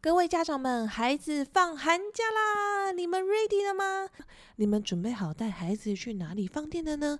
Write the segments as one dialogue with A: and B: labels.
A: 各位家长们，孩子放寒假啦！你们 ready 了吗？你们准备好带孩子去哪里放电了呢？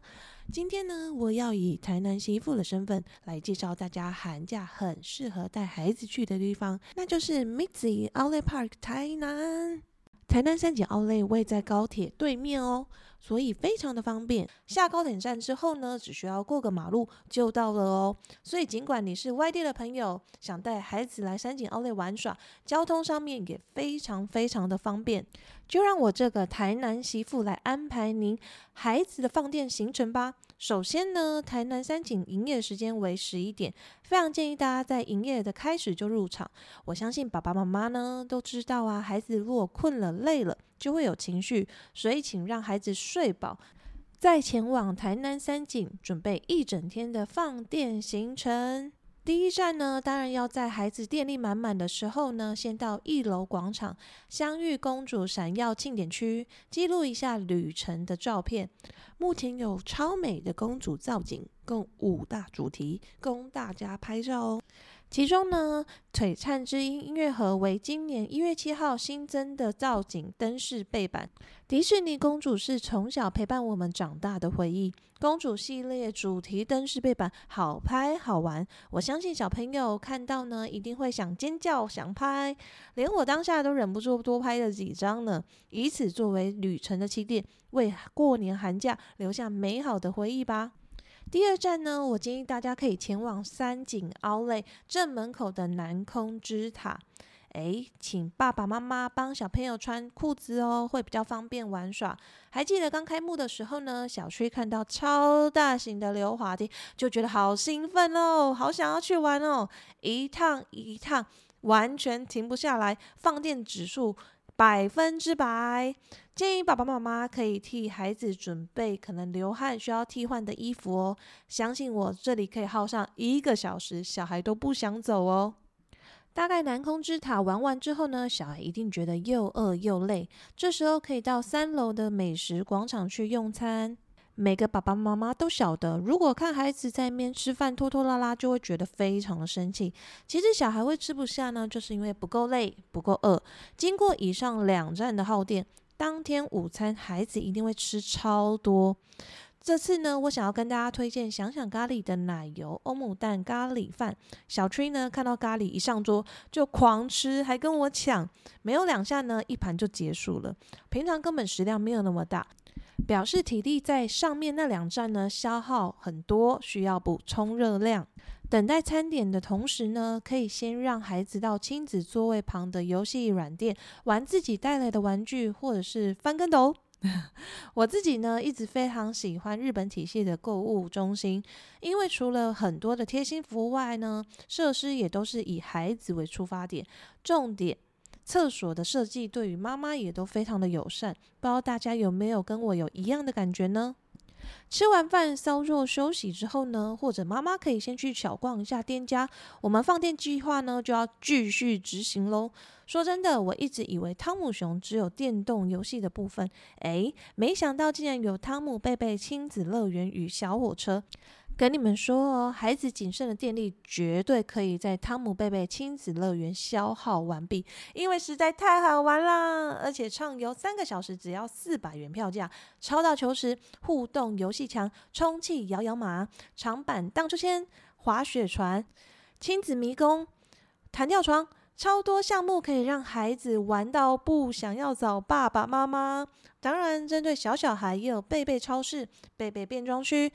A: 今天呢，我要以台南媳妇的身份来介绍大家寒假很适合带孩子去的地方，那就是 Mitzi Outlet Park 台南。台南三井奥莱位在高铁对面哦，所以非常的方便。下高铁站之后呢，只需要过个马路就到了哦。所以尽管你是外地的朋友，想带孩子来三井奥莱玩耍，交通上面也非常非常的方便。就让我这个台南媳妇来安排您孩子的放电行程吧。首先呢，台南三井营业时间为十一点，非常建议大家在营业的开始就入场。我相信爸爸妈妈呢都知道啊，孩子如果困了、累了，就会有情绪，所以请让孩子睡饱，再前往台南三景准备一整天的放电行程。第一站呢，当然要在孩子电力满满的时候呢，先到一楼广场相遇公主闪耀庆典区，记录一下旅程的照片。目前有超美的公主造景，共五大主题供大家拍照哦。其中呢，璀璨之音音乐盒为今年一月七号新增的造景灯饰背板。迪士尼公主是从小陪伴我们长大的回忆，公主系列主题灯饰背板好拍好玩，我相信小朋友看到呢一定会想尖叫想拍，连我当下都忍不住多拍了几张呢，以此作为旅程的起点，为过年寒假留下美好的回忆吧。第二站呢，我建议大家可以前往三井奥莱正门口的南空之塔。诶，请爸爸妈妈帮小朋友穿裤子哦，会比较方便玩耍。还记得刚开幕的时候呢，小区看到超大型的溜滑梯，就觉得好兴奋哦，好想要去玩哦，一趟一趟，完全停不下来，放电指数百分之百。建议爸爸妈妈可以替孩子准备可能流汗需要替换的衣服哦。相信我，这里可以耗上一个小时，小孩都不想走哦。大概南空之塔玩完之后呢，小孩一定觉得又饿又累，这时候可以到三楼的美食广场去用餐。每个爸爸妈妈都晓得，如果看孩子在那边吃饭拖拖拉拉，就会觉得非常的生气。其实小孩会吃不下呢，就是因为不够累、不够饿。经过以上两站的耗电，当天午餐孩子一定会吃超多。这次呢，我想要跟大家推荐想想咖喱的奶油欧姆蛋咖喱饭。小 Tree 呢，看到咖喱一上桌就狂吃，还跟我抢，没有两下呢，一盘就结束了。平常根本食量没有那么大，表示体力在上面那两站呢消耗很多，需要补充热量。等待餐点的同时呢，可以先让孩子到亲子座位旁的游戏软垫玩自己带来的玩具，或者是翻跟斗。 我自己呢，一直非常喜欢日本体系的购物中心，因为除了很多的贴心服务外呢，设施也都是以孩子为出发点，重点。厕所的设计对于妈妈也都非常的友善，不知道大家有没有跟我有一样的感觉呢？吃完饭稍作休息之后呢，或者妈妈可以先去小逛一下店家。我们放电计划呢就要继续执行喽。说真的，我一直以为汤姆熊只有电动游戏的部分，诶，没想到竟然有汤姆贝贝亲子乐园与小火车。跟你们说哦，孩子仅剩的电力绝对可以在汤姆贝贝亲子乐园消耗完毕，因为实在太好玩啦！而且畅游三个小时只要四百元票价，超到球池、互动游戏墙、充气摇摇马、长板荡秋千、滑雪船、亲子迷宫、弹跳床。超多项目可以让孩子玩到不想要找爸爸妈妈。当然，针对小小孩也有贝贝超市、贝贝变装区、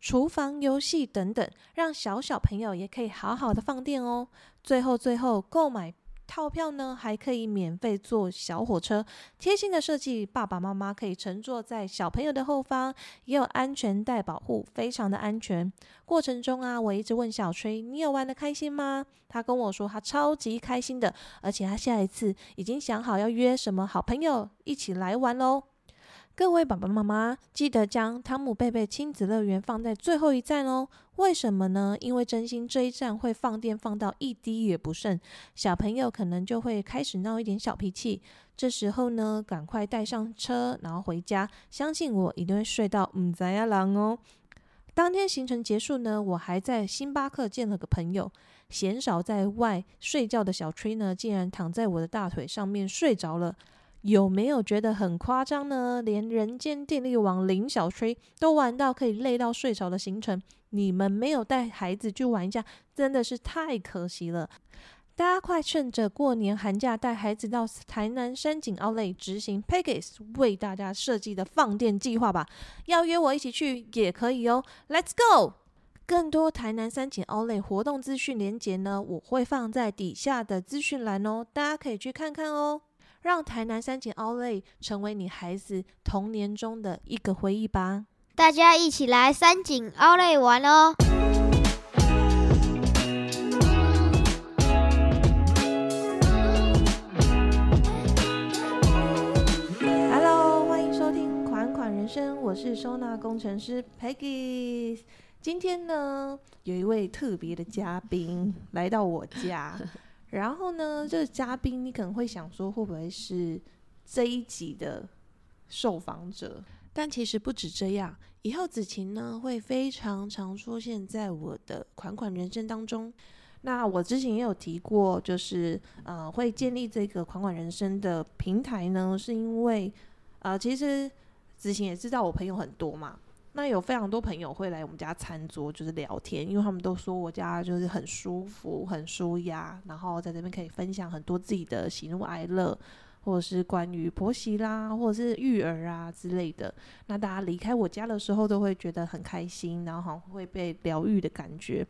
A: 厨房游戏等等，让小小朋友也可以好好的放电哦。最后，最后购买套票呢，还可以免费坐小火车。贴心的设计，爸爸妈妈可以乘坐在小朋友的后方，也有安全带保护，非常的安全。过程中啊，我一直问小崔：“你有玩的开心吗？”他跟我说他超级开心的，而且他下一次已经想好要约什么好朋友一起来玩喽。各位爸爸妈妈，记得将汤姆贝贝亲子乐园放在最后一站哦。为什么呢？因为真心这一站会放电放到一滴也不剩，小朋友可能就会开始闹一点小脾气。这时候呢，赶快带上车，然后回家，相信我一定会睡到嗯咱呀郎哦。当天行程结束呢，我还在星巴克见了个朋友。鲜少在外睡觉的小 Tree 呢，竟然躺在我的大腿上面睡着了。有没有觉得很夸张呢？连《人间电力网》零小 Tree 都玩到可以累到睡着的行程，你们没有带孩子去玩一下，真的是太可惜了。大家快趁着过年寒假带孩子到台南山景奥莱执行 Pegasus 为大家设计的放电计划吧！要约我一起去也可以哦，Let's go！更多台南三井奥莱活动资讯连结呢，我会放在底下的资讯栏哦，大家可以去看看哦。让台南三井奥莱成为你孩子童年中的一个回忆吧。
B: 大家一起来三井奥莱玩哦！
A: Hello，欢迎收听《款款人生》，我是收纳工程师 Peggy。今天呢，有一位特别的嘉宾来到我家， 然后呢，这个嘉宾你可能会想说，会不会是这一集的受访者？但其实不止这样，以后子晴呢会非常常出现在我的款款人生当中。那我之前也有提过，就是呃，会建立这个款款人生的平台呢，是因为呃，其实子晴也知道我朋友很多嘛，那有非常多朋友会来我们家餐桌，就是聊天，因为他们都说我家就是很舒服、很舒压，然后在这边可以分享很多自己的喜怒哀乐，或者是关于婆媳啦，或者是育儿啊之类的。那大家离开我家的时候，都会觉得很开心，然后好像会被疗愈的感觉。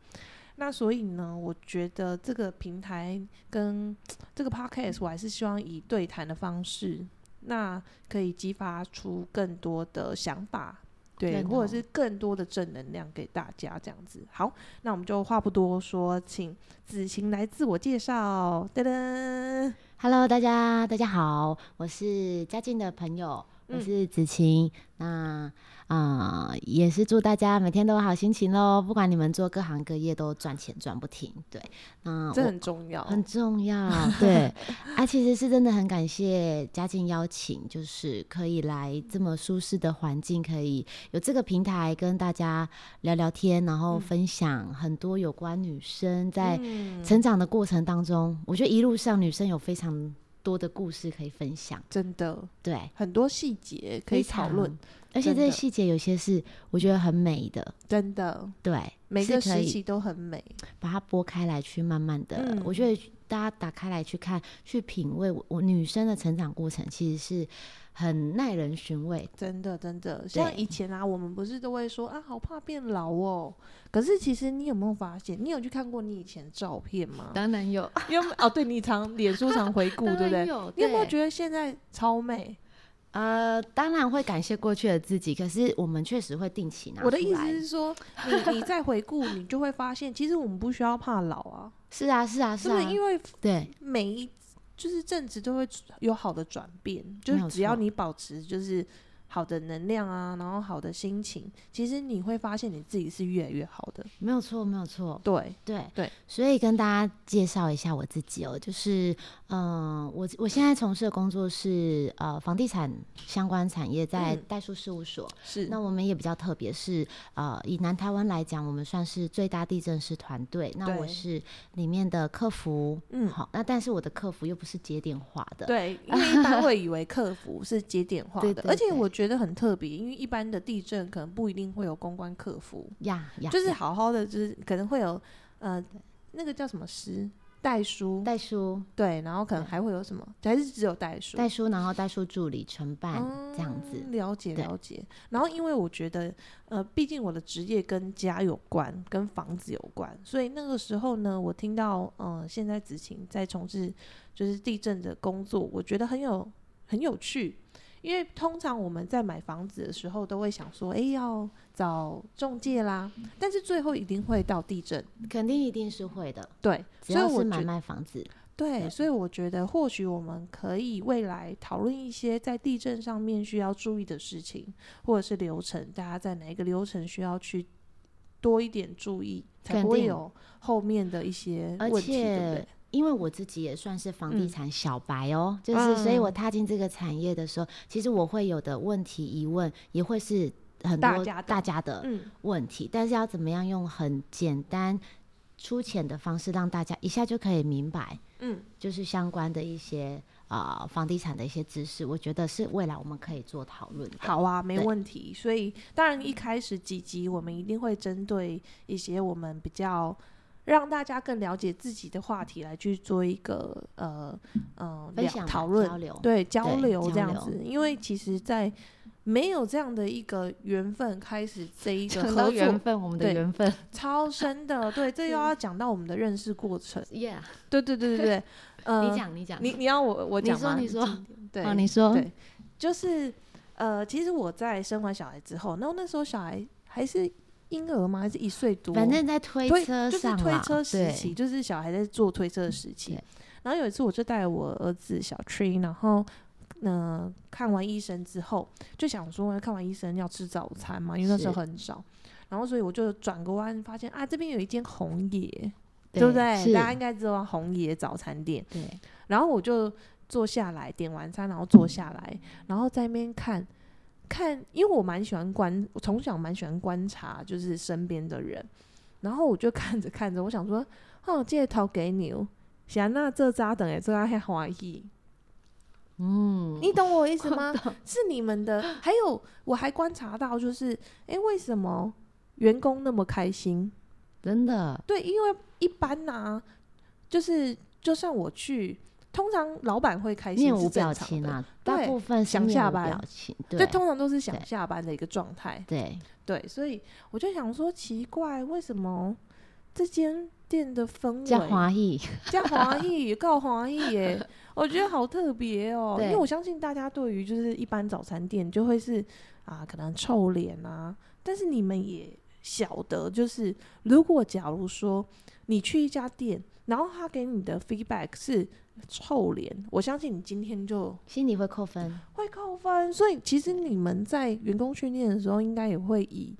A: 那所以呢，我觉得这个平台跟这个 podcast，我还是希望以对谈的方式，那可以激发出更多的想法，对，
C: 真的
A: 或者
C: 哦
A: 是更多的正能量给大家这样子。好，那我们就话不多说，请子晴来自我介绍。噔噔，
C: Hello，大家大家好，我是嘉靖的朋友，我
A: 嗯
C: 是子晴。那啊、呃也是祝大家每天都有好心情喽，不管你们做各行各业都赚钱赚不停。对，那
A: 这
C: 我
A: 很重要。
C: 很重 要。对，啊，其实是真的很感谢嘉靖邀请，就是可以来这么舒适的环境，可以有这个平台跟大家聊聊天，然后
A: 嗯
C: 分享很多有关女生在
A: 嗯
C: 成长的过程当中，我觉得一路上女生有非常多的故事可以分享，
A: 真的
C: 对，
A: 很多细节可以
C: 非常
A: 讨论，，
C: 而且
A: 真的
C: 这些细节有些是我觉得很美的，
A: 真的
C: 对，
A: 每个
C: 是可
A: 时
C: 以
A: 期都很美。
C: 把它拨开来去慢慢的，
A: 嗯
C: 我觉得大家打开来去看，去品味我我女生的成长过程，其实是很耐人寻味，
A: 真的，真的，像
C: 对
A: 以前啊，我们不是都会说啊，好怕变老哦。可是其实你有没有发现，你有去看过你以前照片 吗？
C: 当然有，
A: 因为哦，对你常脸书常回 顾，对不对？
C: 有
A: 你有没有觉得现在超美？
C: 呃，当然会感谢过去的自己，可是我们确实会定期拿
A: 我的意
C: 出来
A: 思是说， 你你再回顾，你就会发现，其实我们不需要怕老啊，
C: 是啊，是啊，
A: 是
C: 啊，
A: 不是？因为
C: 对，
A: 每一就是正职都会有好的转变，就
C: 没
A: 是
C: 有
A: 只要
C: 错
A: 你保持就是好的能量啊，然后好的心情，其实你会发现你自己是越来越好的。
C: 没有错，没有错，
A: 对，
C: 对
A: 对，
C: 所以跟大家介绍一下我自己哦，就是嗯、呃我我现在从事的工作是呃房地产相关产业，在
A: 嗯
C: 代书事务所。
A: 是
C: 那我们也比较特别是，呃，以南台湾来讲，我们算是最大地震师团队。那我
A: 对
C: 是里面的客服，
A: 嗯
C: 好，那但是我的客服又不是节点化的，
A: 对，因为一般会以为客服是节点化
C: 对
A: 的，
C: 对
A: 而且
C: 对
A: 我觉得很特别，因为一般的地震可能不一定会有公关客服，
C: 呀呀，
A: 就是
C: 呀
A: 好好的，就是可能会有呃那个叫什么师代书，
C: 代书，
A: 对，然后可能还会有什么，还是只有代书。
C: 代书，然后代书助理承办、这样子，
A: 嗯了解
C: 对
A: 了解。然后因为我觉得，呃，毕竟我的职业跟家有关，跟房子有关，所以那个时候呢，我听到，嗯、现在子晴在从事就是地震的工作，我觉得很有很有趣。因为通常我们在买房子的时候，都会想说，哎，要找中介啦，但是最后一定会到地震，
C: 肯定一定是会的，
A: 对，
C: 只
A: 所以
C: 要
A: 我
C: 是
A: 觉
C: 买
A: 得。
C: 卖房子，
A: 对，
C: 嗯
A: 所以我觉得或许我们可以未来讨论一些在地震上面需要注意的事情，或者是流程，大家在哪一个流程需要去多一点注意，才
C: 肯
A: 不会
C: 定
A: 有后面的一些
C: 而
A: 问题，对不
C: 且
A: 对？
C: 因为我自己也算是房地
A: 嗯
C: 产小白哦，就是所以我
A: 嗯
C: 踏进这个产业的时候，其实我会有的问题疑问也会是很
A: 大
C: 多
A: 家的
C: 大家的
A: 嗯，
C: 问题，但是要怎么样用很简单、粗浅的方式让大家一下就可以明白，
A: 嗯，
C: 就是相关的一些呃房地产的一些知识，我觉得是未来我们可以做讨论的。
A: 好啊，没
C: 对嗯
A: 问题。所以当然一开始几集我们一定会针对一些我们比较让大家更了解自己的话题来去做一个呃呃
C: 分
A: 聊
C: 享嘛
A: 讨论
C: 交流
A: 对交
C: 对
A: 流
C: 交
A: 这样
C: 流
A: 子。因为其实，在没有这样的一个缘分开始这一个
C: 讲到
A: 合作
C: 缘嗯分，我们的
A: 对
C: 缘分
A: 超深的，对，这又要讲到我们的认识过程。
C: ，Yeah，
A: 对对对对 对，呃，
C: 你讲，你讲，
A: 你你要我我
C: 你
A: 讲
C: 说，
A: 吗？
C: 你说，
A: 对，
C: 哦，你说，
A: 对就是呃，其实我在生完小孩之后，然后那时候小孩还是婴儿吗？还是一岁多？
C: 反正在推
A: 推
C: 车
A: 就是
C: 上啦，
A: 推车时
C: 对嗯
A: 期，就是小孩在做推车的时期
C: 对。
A: 然后有一次，我就带我儿子小 Tree，然后。嗯，看完医生之后，就想说看完医生要吃早餐嘛，因为那时候
C: 是
A: 很少，然后所以我就转个弯，发现啊这边有一间红野，
C: 对
A: 不对？
C: 是，
A: 大家应该知道红野早餐店。
C: 对，
A: 然后我就坐下来点完餐，然后坐下来，然后在那边看看，因为我蛮喜欢观，我从小蛮喜欢观察，就是身边的人。然后我就看着看着，我想说，哦，这头给牛，想那这扎等哎，这个还怀疑，
C: 嗯，
A: 你懂我意思吗？是你们的。还有，我还观察到，就是哎，诶为什么员工那么开心？
C: 真的，
A: 对，因为一般呐、就是就算我去，通常老板会开心
C: 面
A: 是
C: 无
A: 正
C: 表
A: 常
C: 情
A: 的
C: 啊，大
A: 对
C: 部分是
A: 想
C: 面
A: 下
C: 无
A: 班
C: 表情，
A: 这
C: 对，
A: 通常都是想
C: 对
A: 下班的一个状态。
C: 对，
A: 对，所以我就想说，奇怪，为什么这间店的氛
C: 加
A: 围
C: 华裔，
A: 加华裔告华裔耶？我觉得好特别哦，因为
C: 对
A: 我相信大家对于就是一般早餐店就会是啊，可能臭脸啊，但是你们也晓得，就是如果假如说你去一家店，然后他给你的 feedback 是臭脸，我相信你今天就
C: 心里会扣分，
A: 会扣分，所以其实你们在员工训练的时候，应该也会以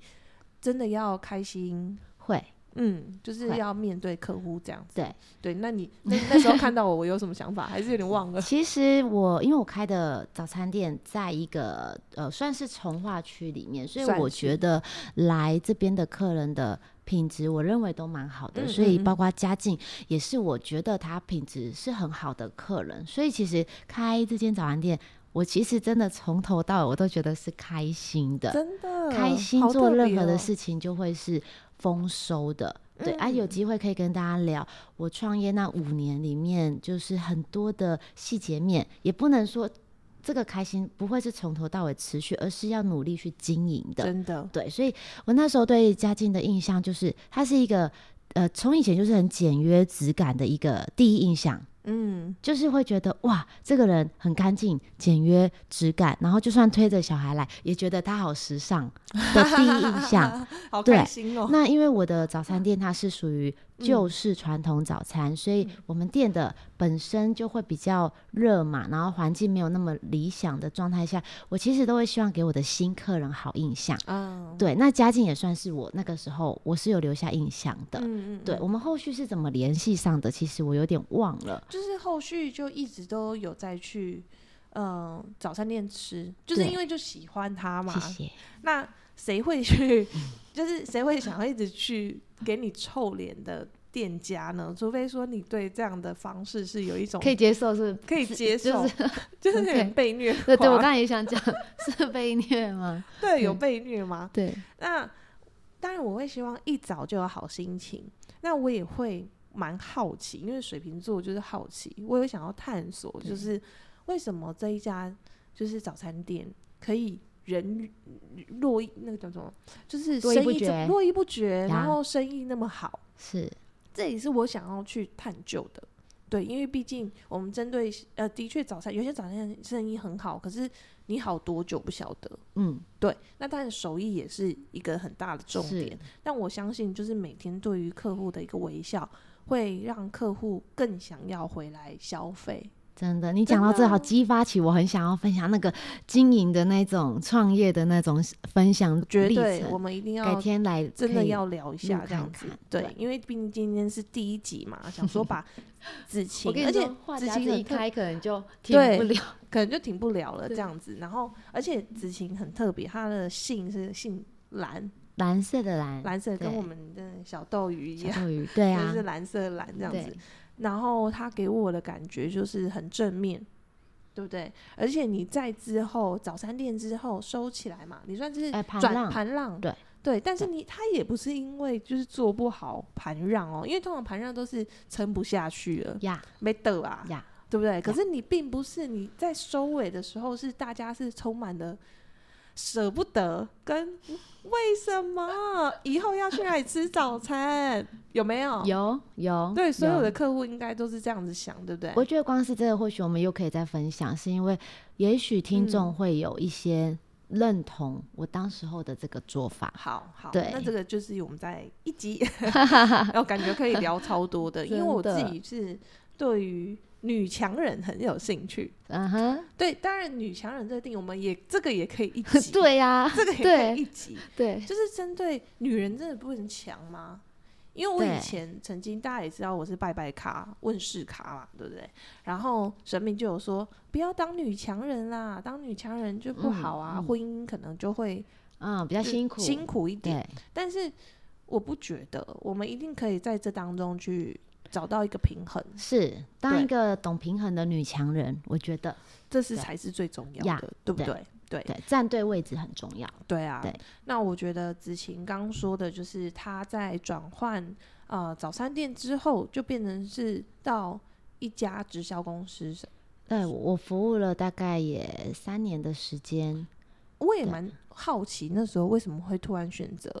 A: 真的要开心，
C: 会。
A: 嗯，就是
C: 会
A: 要面对客户这样子。
C: 对
A: 对，那你那那时候看到我，我有什么想法？还是有点忘 了。
C: 其实我因为我开的早餐店在一个呃算是从化区里面，所以
A: 算
C: 我
A: 是
C: 觉得来这边的客人的品质，我认为都蛮好的。
A: 嗯
C: 所以
A: 嗯嗯
C: 包括嘉靖也是，我觉得他品质是很好的客人。所以其实开这间早餐店，我其实真的从头到尾我都觉得是开心的。
A: 真的
C: 开心
A: 呃好
C: 做
A: 特
C: 任
A: 别
C: 何
A: 哦
C: 的事情就会是丰收的。对，啊，有
A: 嗯
C: 机会可以跟大家聊我创业那五年里面，就是很多的细节面，也不能说这个开心不会是从头到尾持续，而是要努力去经营的。
A: 真的，
C: 对，所以我那时候对嘉靖的印象就是，他是一个呃，从以前就是很简约质感的一个第一印象。
A: 嗯，
C: 就是会觉得哇，这个人很干净、简约、质感，然后就算推着小孩来，也觉得他好 时尚的第一印象。
A: 好
C: 对
A: 开心 哦。
C: 那因为我的早餐店它是属于旧式传统早餐，所以我们店的本身就会比较热嘛，然后环境没有那么理想的状态下，我其实都会希望给我的新客人好印象。
A: 嗯，
C: 对，那嘉靖也算是我那个时候我是有留下印象的。
A: 嗯嗯，
C: 对
A: 嗯
C: 我们后续是怎么联系上的，其实我有点忘了。
A: 就是后续就一直都有再去，嗯，早餐店吃，就是
C: 对
A: 因为就喜欢它嘛
C: 谢。谢。
A: 那谁会去？就是谁会想要一直去给你臭脸的店家呢？除非说你对这样的方式是有一种
C: 可以接受是
A: 可以接受，啊
C: 就是
A: 就是有点
C: OK
A: 被虐狂。
C: 对对，我刚才也想讲 是被虐 吗？
A: 对有
C: 嗯
A: 被虐吗？
C: 对，
A: 那当然，我会希望一早就有好心情。那我也会蛮好奇，因为水瓶座就是好奇，我有想要探索，就是为什么这一家就是早餐店可以人络绎那个叫什么，就是
C: 络
A: 生
C: 绎不
A: 意这
C: 绝
A: 络绎不绝，然
C: 呀
A: 后生意那么好，
C: 是
A: 这也是我想要去探究的。对，因为毕竟我们针对呃，的确早餐有些早餐生意很好，可是你好多久不晓得。
C: 嗯，
A: 对，那当然手艺也是一个很大的重
C: 是
A: 点。但我相信，就是每天对于客户的一个微笑，会让客户更想要回来消费。
C: 真的，你讲到
A: 真
C: 这
A: 的
C: 好
A: 啊
C: 激发起我很想要分享那个经营的那种创业的那种分享
A: 绝
C: 历
A: 对，我
C: 程。
A: 们一定
C: 改
A: 要
C: 天来
A: 真
C: 可
A: 的
C: 以
A: 要聊一下
C: 录
A: 这样
C: 看
A: 子
C: 看。
A: 对
C: 对，
A: 因为毕竟今天是第一集嘛，想说 把子晴，
D: 我跟
A: 而
D: 你
A: 且
D: 说，话
A: 子
D: 匣
A: 晴
D: 子一
A: 很特，
D: 开，可能就停
A: 对
D: 不了。
A: 可能就停不了了这
D: 对
A: 样子。然后，而且子晴很特别，她的姓是姓蓝，
C: 蓝色的蓝，
A: 蓝色跟
C: 对
A: 我们的小斗鱼一
C: 小
A: 样，
C: 斗鱼，对
A: 就
C: 啊
A: 是，蓝色蓝这样
C: 对
A: 子。然后他给我的感觉就是很正面，对不对？而且你在之后早餐店之后收起来嘛，你算是
C: 哎盘
A: 转
C: 浪
A: 盘浪，
C: 对
A: 对。但是你他也不是因为就是做不好盘让哦，因为通常盘让都是撑不下去了，
C: 呀
A: 没得啊，
C: 呀，
A: 对不对？可是你并不是你在收尾的时候是大家是充满了舍不得跟嗯为什么以后要去哪里吃早餐，有没有？
C: 有有，
A: 对，所有
C: 哦有
A: 的客户应该都是这样子想，对不对？
C: 我觉得光是这个，或许我们又可以再分享，是因为也许听众
A: 嗯
C: 会有一些认同我当时候的这个做法。
A: 好好，
C: 对
A: 那这个就是我们在一 集，然后感觉可以聊超多的，因为
C: 真
A: 我自
C: 的
A: 己是对于女强人很有兴趣。
C: 嗯哼，
A: 对，当然女强人这个定义，我们也这个也可以 一集，，
D: 对呀，
A: 这个也可
D: 对
A: 以一集，
D: 对，
A: 就是针对女人真的不能强吗？因为我以
C: 对
A: 前曾经大家也知道我是拜拜咖、问世咖嘛，对不对？然后神明就有说，不要当女强人啦，当女强人就不
C: 嗯
A: 好啊，
C: 嗯
A: 婚姻可能就会
C: 嗯，比较辛苦，
A: 辛苦一点。
C: 对，
A: 但是我不觉得，我们一定可以在这当中去找到一个平衡，
C: 是当
A: 对
C: 一个懂平衡的女强人，我觉得
A: 这是
C: 对
A: 才是最重要
C: 呀
A: 的，对不
C: 对
A: 对？对
C: 对站对位置很重要。
A: 对啊，
C: 对
A: 那我觉得子晴刚刚说的就是她在转换呃早餐店之后，就变成是到一家直销公司是，
C: 对我我服务了大概也三年的时间，
A: 我也
C: 对
A: 蛮好奇那时候为什么会突然选择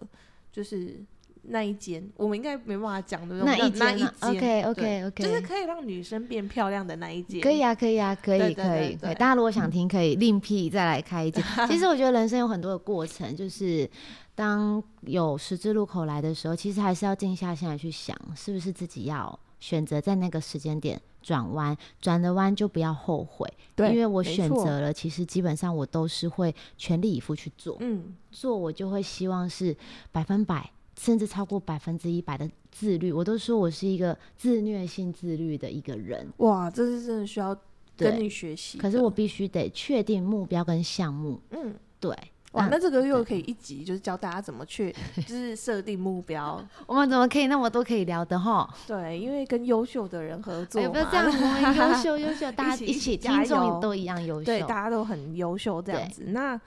A: 就是那一间，我们应该没办法讲的
C: 那一
A: 那一
C: 间、啊、，OK OK
A: 对就是
C: OK，
A: 可以让女生变漂亮的那一间，
C: 可以啊，可以啊，可
A: 对对
C: 以，可
A: 对
C: 以，可
A: 对嗯
C: 以。大家如果想听，可以另辟再来开一间。其实我觉得人生有很多的过程，就是当有十字路口来的时候，其实还是要静下心来去想，是不是自己要选择在那个时间点转弯，转了弯就不要后悔。
A: 对，
C: 因为我
A: 没
C: 选
A: 错，
C: 择了，其实基本上我都是会全力以赴去做，
A: 嗯，
C: 做我就会希望是百分百。甚至超过百分之一百的自律，我都说我是一个自虐性自律的一个人。
A: 哇，这是真的需要
C: 对
A: 跟你学习的，
C: 可是我必须得确定目标跟项目，
A: 嗯。
C: 对
A: 哇，
C: 嗯
A: 那这个又可以一集，就是教大家怎么去，就是设定目标，
C: 我们怎么可以那么多可以聊的 哈？
A: 对，因为跟优秀的人合作
C: 哎有
A: 嘛，
C: 没有这样？我们 优秀优秀，大家
A: 起
C: 一
A: 一起
C: 起，
A: 加
C: 听
A: 油
C: 众都一样优秀，
A: 对，大家都很优秀这样子。那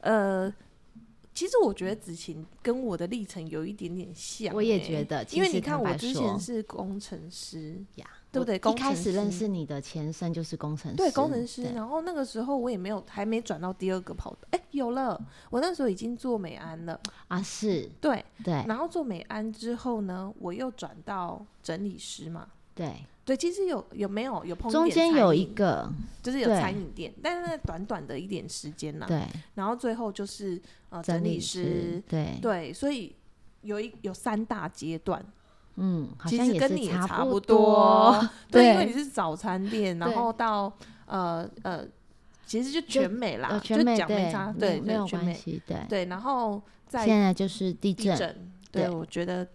A: 呃，其实我觉得子晴跟我的历程有一点点像欸、
C: 我也觉得
A: 因为
C: 其
A: 你
C: 实
A: 看
C: 坦
A: 我
C: 白
A: 之前
C: 说
A: 是工程师，
C: 呀，
A: 对不
C: 我
A: 对工
C: 一开
A: 程
C: 始认
A: 师
C: 识你的前身就是工程师，
A: 对，工程师。
C: 对
A: 然后那个时候我也没有还没转到第二个跑道，哎、有了，我那时候已经做美安了，
C: 啊，是，
A: 对。
C: 对
A: 然后做美安之后呢，我又转到整理师嘛。
C: 对，
A: 对，其实有有没有有碰一
C: 中
A: 点
C: 间
A: 餐
C: 有一
A: 饮
C: 个
A: 就是有
C: 对
A: 餐饮店，但是那短短的一点时间啦。
C: 对
A: 然后最后就是呃整
C: 整
A: 理
C: 师
A: 师，，
C: 对，
A: 对，所以有一有三大阶段，
C: 嗯，好
A: 其
C: 像
A: 实
C: 也
A: 跟
C: 是
A: 你也
C: 差
A: 不
C: 多，
A: 对，
C: 对
A: 因为你是早餐店，然
C: 对
A: 后到呃呃，其实就全美啦
C: 呃，
A: 就
C: 全美
A: 讲没
C: 对
A: 差，，
C: 没
A: 对，
C: 有没
A: 对
C: 有
A: 全
C: 关
A: 美，
C: 系，对，
A: 对，然后再
C: 现在就是地
A: 地
C: 震，
A: 震，对
C: 对
A: 我觉得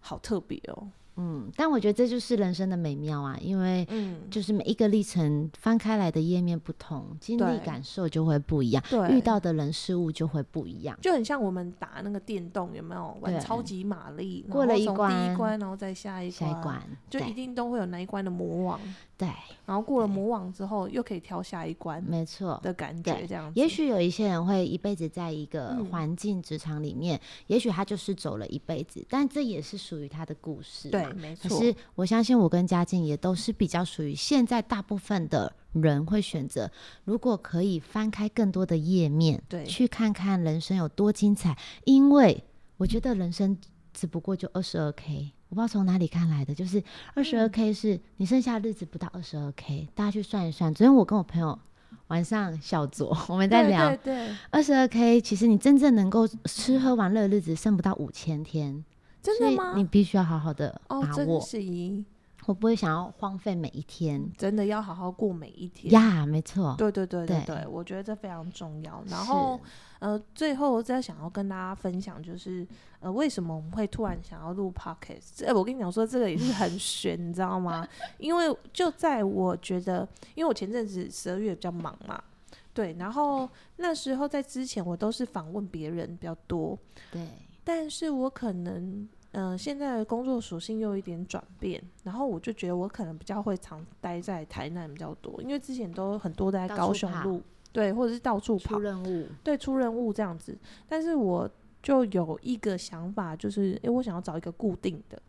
A: 好特别哦，
C: 嗯，但我觉得这就是人生的美妙啊，因为
A: 嗯，
C: 就是每一个历程翻开来的页面不同，经历
A: 对
C: 感受就会不一样，
A: 对，
C: 遇到的人事物就会不一样。
A: 就很像我们打那个电动，有没有玩
C: 对
A: 超级玛丽？然
C: 过了
A: 后
C: 一
A: 从第一
C: 关
A: 关，然后再下一
C: 下一关，
A: 就一
C: 对
A: 定都会有那一关的魔王，
C: 对，
A: 然后过了魔王之后，又可以挑下一关
C: 没错。
A: 的感觉，
C: 对
A: 这样子。
C: 也许有一些人会一辈子在一个
A: 嗯
C: 环境、职场里面，也许他就是走了一辈子，但这也是属于他的故事。
A: 对，，没
C: 可
A: 错，
C: 是我相信我跟嘉靖也都是比较属于现在大部分的人会选择，如果可以翻开更多的页面，
A: 对
C: 去看看人生有多精彩，因为我觉得人生只不过就二十二 k。我不知道从哪里看来的，就是
A: 嗯
C: 二十二 k 是你剩下的日子不到二十二 k，大家去算一算。昨天我跟我朋友晚上小酌， 我们在
A: 对
C: 聊
A: 对对，
C: 二十二 k，其实你真正能够吃喝玩乐的日子剩不到五千天，
A: 真
C: 所
A: 的
C: 以
A: 吗？
C: 你必须要好好的
A: 哦，
C: 把握。
A: 真是一
C: 我不会想要荒废每一天。
A: 真的要好好过每一天。
C: 呀，没错，
A: 对对对对
C: 对
A: 对，我觉得这非常重要。
C: 是
A: 然后，呃，最后我再想要跟大家分享，就是呃，为什么我们会突然想要录 podcast？这、我跟你讲说，这个也是很悬，你知道吗？ 因为就在我觉得，因为我前阵子十二月比较忙嘛，对，然后那时候在之前我都是访问别人比较多，
C: 对，
A: 但是我可能。嗯，现在的工作属性又有一点转变，然后我就觉得我可能比较会常待在台南比较多，因为之前都很多待在
C: 到
A: 高
C: 处
A: 雄
C: 跑
A: 路，对，或者是到处跑
C: 出，任务，
A: 对，出任务这样子。但是我就有一个想法，就是诶，我想要找一个固定的，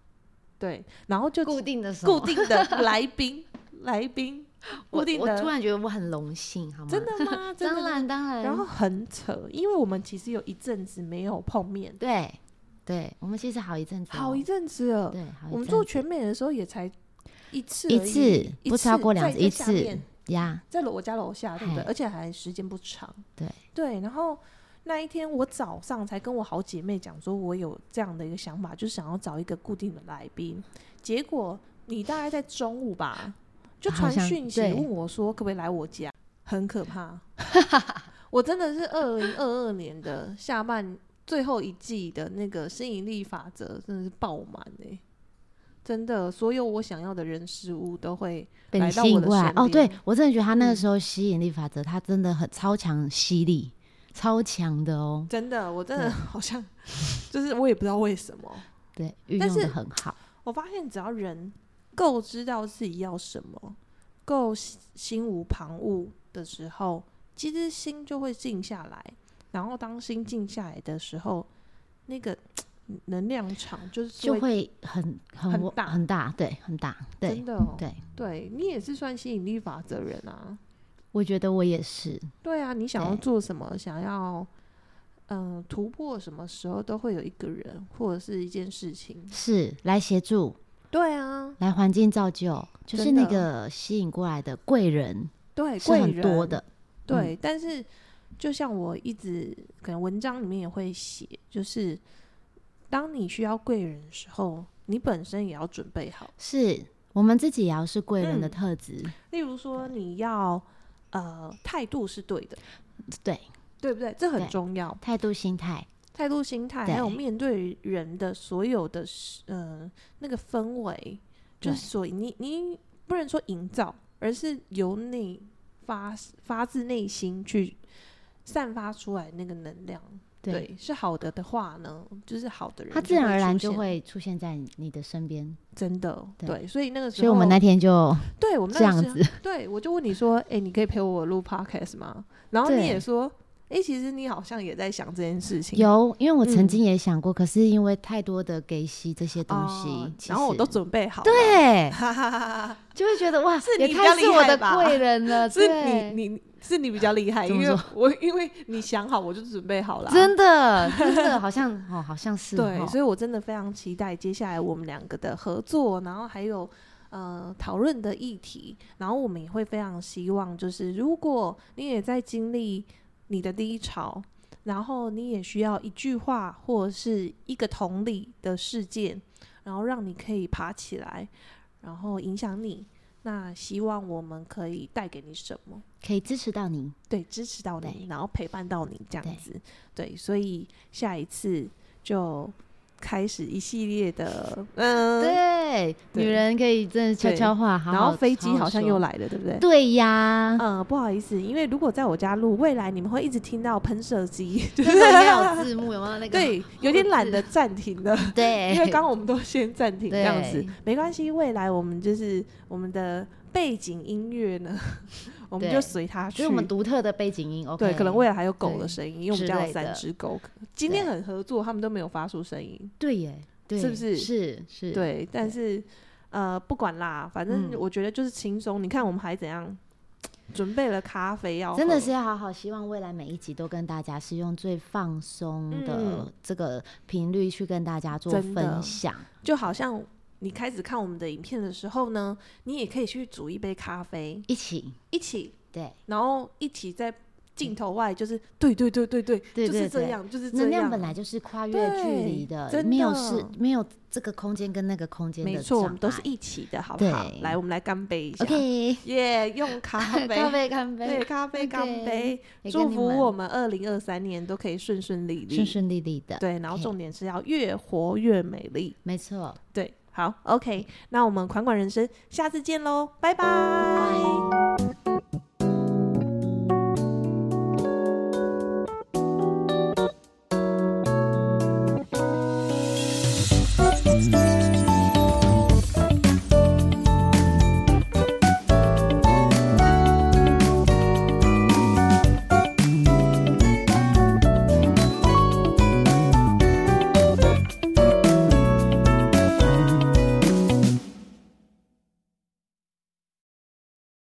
A: 对，然后就
C: 固定的什么
A: 固定的 来宾，来宾，
C: 我
A: 固定
C: 我突
A: 的，
C: 然觉得我很荣幸，好吗？
A: 真，的 吗？真的
C: 当
A: 吗。
C: 然当然。
A: 然后很扯，因为我们其实有一阵子没有碰面，
C: 对对，我们其实好一阵子哦，
A: 好一阵子了。
C: 对，好一
A: 我们
C: 阵
A: 做
C: 子
A: 全美的时候也才一次
C: 一
A: 而已
C: 次
A: 一
C: 不超
A: 次
C: 过两
A: 在
C: 次
A: 在
C: 一
A: 下
C: 次
A: 面
C: 呀，
A: 在楼我家楼下，对不对？
C: 嗨
A: 而且还时间不长。
C: 对
A: 对，然后那一天我早上才跟我好姐妹讲，说我有这样的一个想法，就是想要找一个固定的来宾。结果你大概在中午吧，就
C: 好
A: 传
C: 像
A: 讯息
C: 对
A: 问我说可不可以来我家，很可怕。我真的是二零二二年的下半最后一季的那个吸引力法则，真的是爆满哎、真的，所有我想要的人事物都会
C: 被
A: 来
C: 你
A: 到
C: 吸
A: 我
C: 引
A: 的
C: 过来
A: 身
C: 哦。对
A: 边
C: 我真的觉得他那个
A: 嗯
C: 时候吸引力法则，他真的很超强吸力，超强的哦。
A: 真的，我真的
C: 对
A: 好像就是我也不知道为什么，
C: 对，运
A: 但
C: 用的
A: 是
C: 很好。
A: 我发现只要人够知道自己要什么，够心心无旁骛的时候，其实心就会静下来。然后当心静下来的时候，那个能量场就是
C: 就会很很
A: 很
C: 我
A: 大
C: 很大，对，很大，对
A: 真，的、哦，
C: 对，
A: 对你也是算吸引力法则人啊。
C: 我觉得我也是，
A: 对啊，你想要
C: 对
A: 做什么，想要嗯、呃突破什么时候，都会有一个人或者是一件事情。
C: 是来协助，
A: 对啊，
C: 来环境造就，就是
A: 真的
C: 那个吸引过来的贵人
A: 对，
C: 是
A: 贵
C: 很多
A: 人
C: 的，嗯
A: 对，但是就像我一直可能文章里面也会写，就是当你需要贵人的时候，你本身也要准备好。
C: 是我们自己也要是贵人的
A: 嗯
C: 特质，
A: 例如说，你要呃态度是对的，
C: 对，
A: 对不对？这很
C: 对
A: 重要。
C: 态度、心态，
A: 态度、心态，还有
C: 对
A: 面对人的所有的事呃那个氛围，就是所以你你不能说营造，而是由内发发自内心去散发出来那个能量。
C: 对，
A: 对，是好的的话呢，就是好的人，
C: 他自然而然就
A: 会
C: 会出现在你的身边，
A: 出现真的
C: 对
A: 对，所以那个时候，
C: 所以我们那天就
A: 对我们那
C: 这样
A: 时候
C: 子，
A: 对我就问你说，哎、你可以陪我录 podcast 吗？然后你
C: 对
A: 也说，哎、其实你好像也在想这件事情，
C: 有，因为我
A: 嗯
C: 曾经也想过，可是因为太多的给息这些东西，
A: 哦
C: 其
A: 然后我
C: 实
A: 都准备好，，
C: 对，
A: 哈哈哈哈哈，
C: 就会觉得哇，
A: 是
C: 也
A: 你比较
C: 太
A: 厉
C: 是我
A: 害
C: 的
A: 吧
C: 贵人 了，
A: 是
C: 对
A: 你你是你比较厉害，
C: 怎
A: 因
C: 么
A: 为
C: 说
A: 我因为你想好，我就准备好了，啊
C: 真的，真的好像哦，好像是
A: 对，
C: 哦
A: 所以我真的非常期待接下来我们两个的合作，然后还有呃讨论的议题，然后我们也会非常希望，就是如果你也在经历你的低潮，然后你也需要一句话或者是一个同理的事件，然后让你可以爬起来，然后影响你。那希望我们可以带给你什么？
C: 可以支持到你。
A: 对，支持到你
C: 对，
A: 然后陪伴到你这样
C: 对
A: 子，对，所以下一次就开始一系列的，嗯，
C: 对，
A: 对
C: 女人可以真的悄
A: 对
C: 悄话，好
A: 然后
C: 好
A: 飞机好像又
C: 来。
A: 来了，对不对？
C: 对呀，
A: 嗯，不好意思，因为如果在我家录，未来你们会一直听到喷射机，就
C: 真
A: 是
C: 的 没有字幕，有没有那个？
A: 对，有点懒得暂停 了。
C: 对，
A: 因为刚刚我们都先暂停这样子
C: 哎对，
A: 没关系，未来我们就是我们的背景音乐呢， 我们
C: 对
A: 就随它
C: 就
A: 去
C: 是我。们独特的背景音，OK。
A: 对，可能未来还有狗的
C: 对
A: 声音，因为我们
C: 之
A: 家有
C: 类的
A: 三只狗。今天
C: 对
A: 很合作，他们都没有发出声音。
C: 对耶，对
A: 是不是
C: 是是，，
A: 对，但是呃，不管啦，反正
C: 嗯
A: 我觉得就是轻松。你看我们还怎样，准备了咖啡要
C: 真的
A: 喝
C: 是要好好，希望未来每一集都跟大家是用最放松的
A: 嗯
C: 这个频率去跟大家做
A: 真的
C: 分享。
A: 就好像你开始看我们的影片的时候呢，你也可以去煮一杯咖啡，
C: 一起
A: 一起，
C: 对
A: 然后一起在镜头外就是对对对对对，
C: 对
A: 就是
C: 对
A: 这
C: 对
A: 样，就是这
C: 能
A: 样。
C: 量本来就是跨越距离
A: 对
C: 的，
A: 真
C: 没有
A: 的
C: 是没有这个空间跟那个空间的
A: 没错，我
C: 障
A: 们都是
C: 碍
A: 一起的，好不好？
C: 对
A: 来，我们来干杯一下。啊
C: OK，
A: 耶用 咖啡，
C: 咖啡干
A: 对，
C: 杯，
A: 咖啡
C: OK，
A: 干杯，
C: 也
A: 祝
C: 跟你
A: 福
C: 们
A: 我们二零二三年都可以顺顺利利。
C: 顺顺利利的，
A: 对，然后
C: OK
A: 重点是要越活越美丽。
C: 没错。
A: 对，好，OK，那我们款款人生下次见喽，拜拜